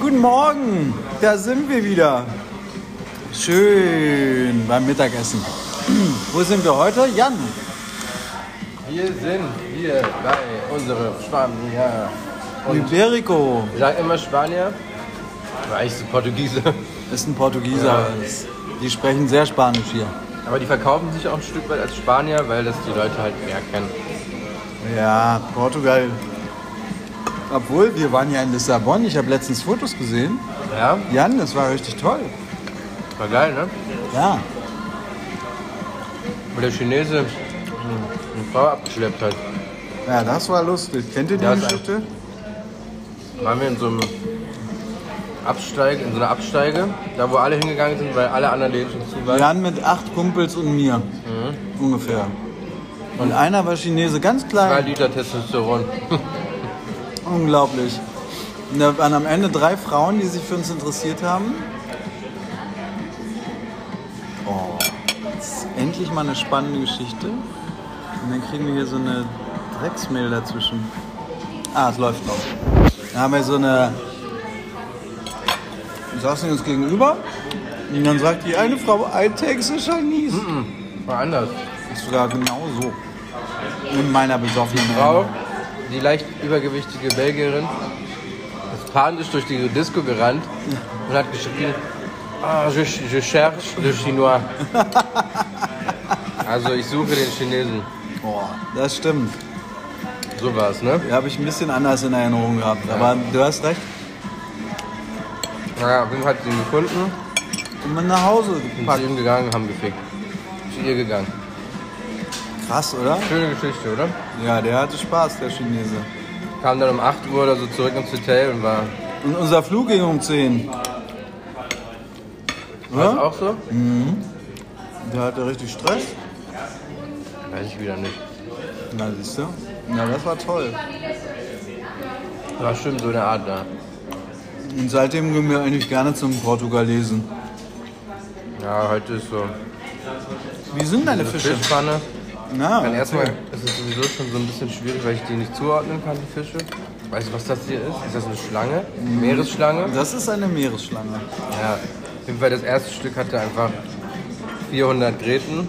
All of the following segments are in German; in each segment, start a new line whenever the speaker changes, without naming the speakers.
Guten Morgen, da sind wir wieder. Schön beim Mittagessen. Wo sind wir heute? Jan,
Wir sind hier bei unserem Spanier. Und
Iberico.
ich sag immer Spanier, weil ich so Portugiese.
Ist ein Portugieser. Ist- Die sprechen sehr Spanisch hier.
Aber die verkaufen sich auch ein Stück weit als Spanier, weil das die Leute halt merken.
Ja, Portugal. Obwohl, wir waren ja in Lissabon. Ich habe letztens Fotos gesehen.
Ja,
Jan, das war richtig toll.
war geil, ne?
Ja,
Wo der Chinese eine Frau abgeschleppt hat.
ja das war lustig. Kennt ihr die
Ja, ist
Geschichte?
Waren wir in so einem Absteig, in so einer Absteige, da wo alle hingegangen sind, weil alle anderen Läden schon zu waren.
Jan mit acht Kumpels und mir. Mhm. Ungefähr. Und einer war Chinese, ganz klein.
Drei Liter Testosteron.
Unglaublich. Und da waren am Ende drei Frauen, die sich für uns interessiert haben. Oh, das ist endlich mal eine spannende Geschichte. Und dann kriegen wir hier so eine Drecksmail dazwischen. Ah, es läuft noch. Dann haben wir so eine. Saßen die uns gegenüber. Und dann sagt die eine Frau, I take the Chinese.
War anders.
Ist sogar genau so. In meiner besoffenen
Frau, die leicht übergewichtige Belgierin, ist panisch durch die Disco gerannt und hat geschrien, ah, je, je cherche le chinois. Also ich suche den Chinesen.
Oh, das stimmt.
So war's, ne?
Die habe ich ein bisschen anders in Erinnerung gehabt. Aber du hast recht,
Ja, auf jeden Fall hat sie ihn gefunden,
sind wir nach Hause
sind zu
gepackt.
ihm gegangen, haben gefickt. Zu ihr gegangen.
Krass, oder?
Schöne Geschichte, oder?
Ja, der hatte Spaß, der Chinese.
Kam dann um 8 Uhr oder so zurück ins Hotel und war,
Und unser Flug ging um 10.
war das
Ja?
auch so?
Der hatte richtig Stress.
Weiß ich wieder nicht.
Na, siehst du? Na, das war toll.
War stimmt so eine Art da.
Und seitdem gehen wir eigentlich gerne zum Portugalesen.
Ja, heute ist so
Wie sind deine
eine
Fische?
Fischpfanne.
Na,
Dann erstmal ist Also es sowieso schon so ein bisschen schwierig, weil ich die nicht zuordnen kann, die Fische. Weißt du, was das hier ist? Ist das eine Schlange? Meeresschlange?
das ist eine Meeresschlange.
Ja. Auf jeden Fall, das erste Stück hatte einfach 400 Gräten.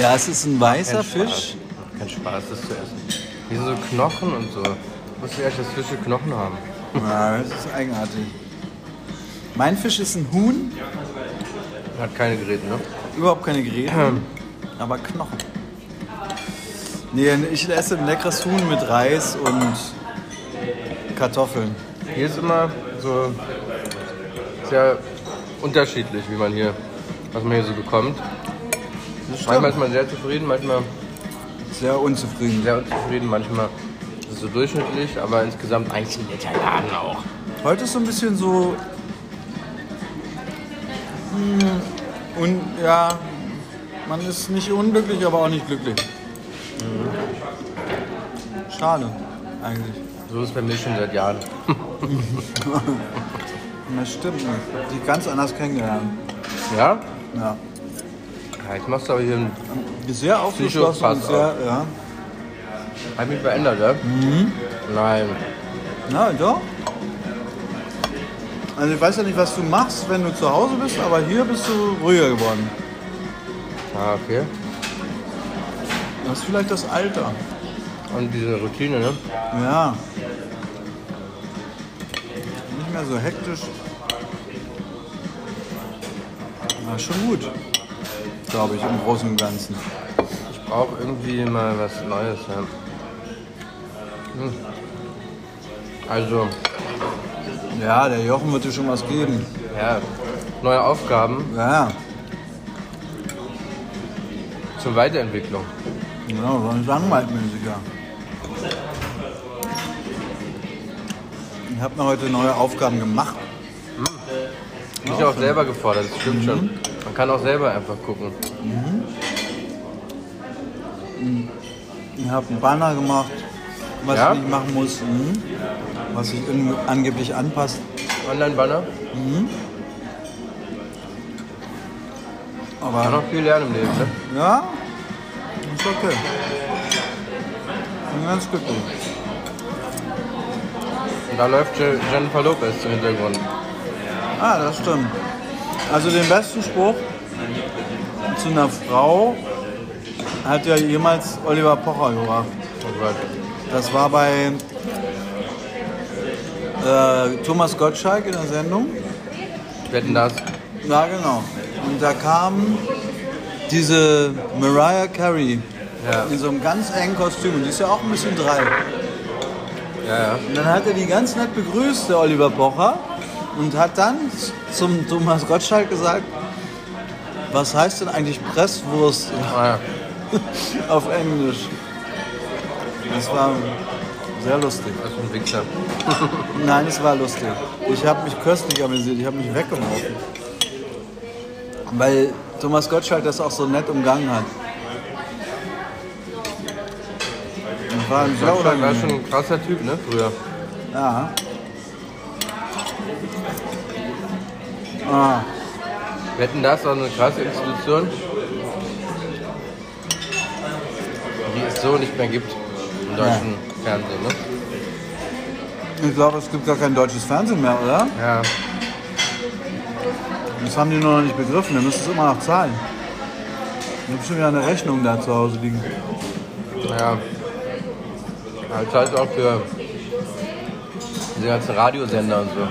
Ja, es ist ein weißer
Kein
Fisch.
Spaß. Kein Spaß, das zu essen. Hier sind so Knochen und so. Ich wusste echt, dass Fische Knochen haben.
Ja, das ist eigenartig. Mein Fisch ist ein Huhn,
Hat keine Gräten, ne?
Überhaupt keine Gräten, aber Knochen. Nee, ich esse ein leckeres Huhn mit Reis und Kartoffeln.
Hier ist immer so sehr unterschiedlich, wie man hier, was man hier so bekommt. Manchmal ist man sehr zufrieden, manchmal
Sehr unzufrieden.
sehr unzufrieden, manchmal ist es so durchschnittlich, aber insgesamt eigentlich ein netter Laden auch.
Heute ist so ein bisschen so. mm, Und ja, man ist nicht unglücklich, aber auch nicht glücklich. Schade, eigentlich.
So ist es bei mir schon seit Jahren.
Das stimmt. ne? Die ganz anders kennengelernt.
Ja?
Ja.
ja ich mach's aber hier, ein-
Sehr aufgeschlossen und
Psychopath
sehr. Ja.
hat mich verändert, ja? Mhm. Nein.
Na, doch. Also ich weiß ja nicht, was du machst, wenn du zu Hause bist, aber hier bist du ruhiger geworden.
Ah, okay.
Das ist vielleicht das Alter.
Und diese Routine, ne?
Ja. Nicht mehr so hektisch. War schon gut. Glaube ich, im Großen und Ganzen.
Ich brauche irgendwie mal was Neues, ja. Hm. Also,
Ja, der Jochen wird dir schon was geben.
ja, neue Aufgaben
Ja,
zur Weiterentwicklung.
genau, sonst langweilt man sich ja. Ich habe mir heute neue Aufgaben gemacht.
Ich bin auch selber gefordert, das stimmt schon. Man kann auch selber einfach gucken.
Ich habe einen Banner gemacht, was
Ja?
ich nicht machen muss, mhm. was sich in- angeblich anpasst.
Online-Banner, kann
Aber
auch viel lernen im Leben, ne?
ja, ist okay. Bin ganz glücklich.
Und da läuft Je- Jennifer Lopez im Hintergrund.
Ah, das stimmt. Also den besten Spruch zu einer Frau hat ja jemals Oliver Pocher gebracht.
Oh Gott.
Das war bei äh, Thomas Gottschalk in der Sendung.
Wetten das?
Ja, genau. Und da kam diese Mariah Carey
Ja.
in so einem ganz engen Kostüm. Und die ist ja auch ein bisschen drei.
Ja, ja.
Und dann hat er die ganz nett begrüßt, der Oliver Pocher, und hat dann zum Thomas Gottschalk gesagt, was heißt denn eigentlich Presswurst
Ah, ja.
auf Englisch? Das war sehr lustig.
Das ist ein Wichser.
Nein, es war lustig. Ich habe mich köstlich amüsiert, ich habe mich weggeworfen. Weil Thomas Gottschalk das auch so nett umgangen hat. Das war ein sehr
Gottschalk war schon
unangenehm.
ein krasser Typ, ne? Früher.
Ja.
Wetten das war eine krasse Institution, die es so nicht mehr gibt im deutschen Fernsehen, ne?
Ich glaube, es gibt gar kein deutsches Fernsehen mehr, oder?
Ja.
Das haben die nur noch nicht begriffen, wir müssen es immer noch zahlen. Ich habe schon wieder eine Rechnung da zu Hause liegen.
Ja. Das heißt auch für diese ganzen Radiosender und so.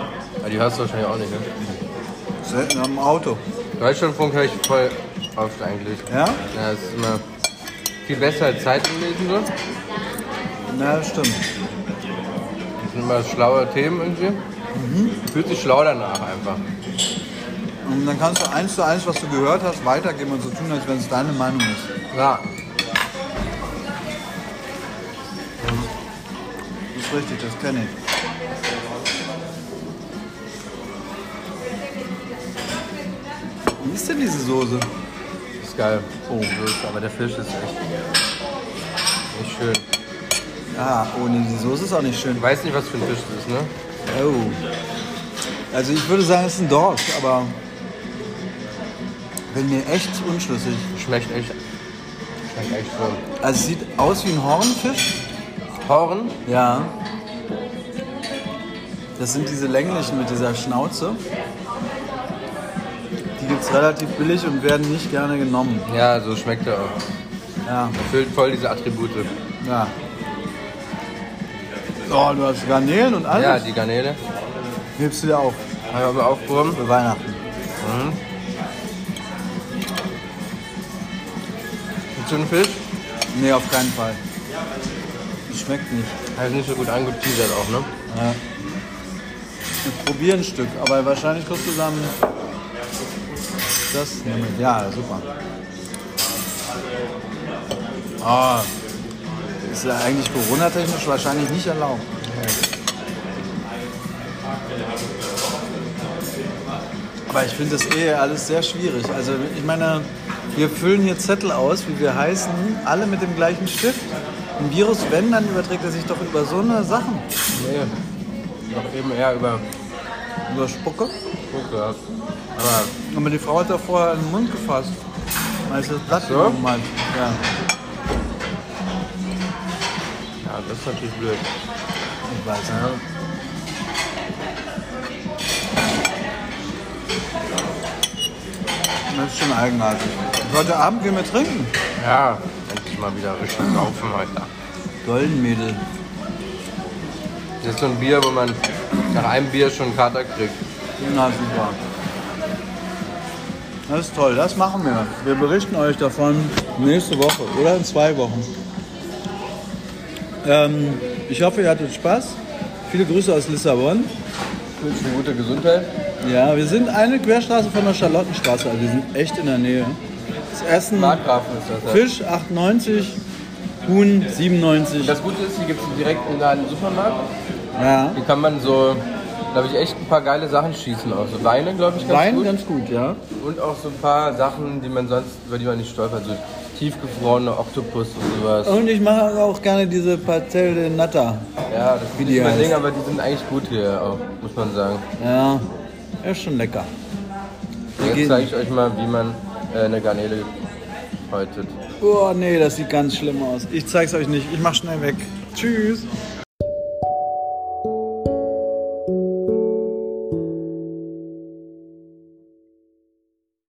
Aber die hörst du wahrscheinlich auch nicht, ne?
Selten am Auto.
Deutschlandfunk höre ich voll oft eigentlich.
Ja?
Ja, es ist immer viel besser als Zeitung lesen so.
Na, das stimmt.
Das sind immer schlaue Themen irgendwie. Fühlt sich schlau danach einfach.
Und dann kannst du eins zu eins, was du gehört hast, weitergeben und so tun, als wenn es deine Meinung ist.
Ja.
Das ist richtig, das kenne ich. Wie ist denn diese Soße?
Ist geil. Oh, aber der Fisch ist echt nicht schön.
Ah, ohne die Soße ist auch nicht schön.
Ich weiß nicht, was für ein Fisch das ist, ne?
Oh. Also ich würde sagen, es ist ein Dorsch, aber bin mir echt unschlüssig.
Schmeckt echt. Schmeckt echt so.
Also es sieht aus wie ein Hornfisch.
Horn?
Ja. Das sind diese länglichen mit dieser Schnauze. Die gibt es relativ billig und werden nicht gerne genommen.
Ja, so schmeckt er auch.
Ja,
Erfüllt voll diese Attribute.
ja. Oh, du hast Garnelen und
Ja,
alles.
die Garnele.
Hebst du dir auf
Haben wir aufgehoben.
für Weihnachten.
Willst du einen Fisch?
Nee, auf keinen Fall. Schmeckt nicht.
Also nicht so gut angeteasert auch, ne?
Ja. Ich probiere ein Stück, aber wahrscheinlich kriegst du dann das. nehmen wir. Ja, super. Ah, ist ja eigentlich Corona-technisch wahrscheinlich nicht erlaubt. Aber ich finde das eh alles sehr schwierig. Also ich meine, wir füllen hier Zettel aus, wie wir heißen, alle mit dem gleichen Stift. Ein Virus, wenn, dann überträgt er sich doch über so eine Sachen.
Nee. Noch eben eher über
Über Spucke.
Spucke. Aber
Aber die Frau hat da vorher in den Mund gefasst. Weil sie das Blatt
so?
genommen hat. Ja.
ja, das ist natürlich blöd.
Ich weiß nicht. Das ist schon eigenartig. Und heute Abend gehen wir trinken.
Ja, endlich mal wieder richtig saufen heute.
Goldenmädel.
Das ist so ein Bier, wo man nach einem Bier schon einen Kater kriegt.
Na super. Das ist toll, das machen wir. Wir berichten euch davon nächste Woche oder in zwei Wochen. Ähm, ich hoffe, ihr hattet Spaß. Viele Grüße aus Lissabon.
Wünschen eine gute Gesundheit.
Ja, wir sind eine Querstraße von der Charlottenstraße, also wir sind echt in der Nähe. Das Essen,
Markgrafen ist das. ja.
Fisch 8,90, Huhn 97.
Das Gute ist, hier gibt es direkt in einem Supermarkt.
Ja.
Hier kann man so, glaube ich, echt ein paar geile Sachen schießen. Auch so Weine, glaube ich, ganz
Wein
gut.
ganz gut, ja.
Und auch so ein paar Sachen, die man sonst, über die man nicht stolpert. So tiefgefrorene Oktopus und sowas.
Und ich mache auch gerne diese Patel de Nata.
Ja, das
Wie
ist
die
nicht mein
heißt.
Ding, aber die sind eigentlich gut hier auch, muss man sagen.
Ja, ist schon lecker. Wir
Jetzt
gehen-
zeige ich euch mal, wie man äh, eine Garnele häutet.
Oh nee, das sieht ganz schlimm aus. Ich zeig's euch nicht. Ich mach schnell weg. Tschüss.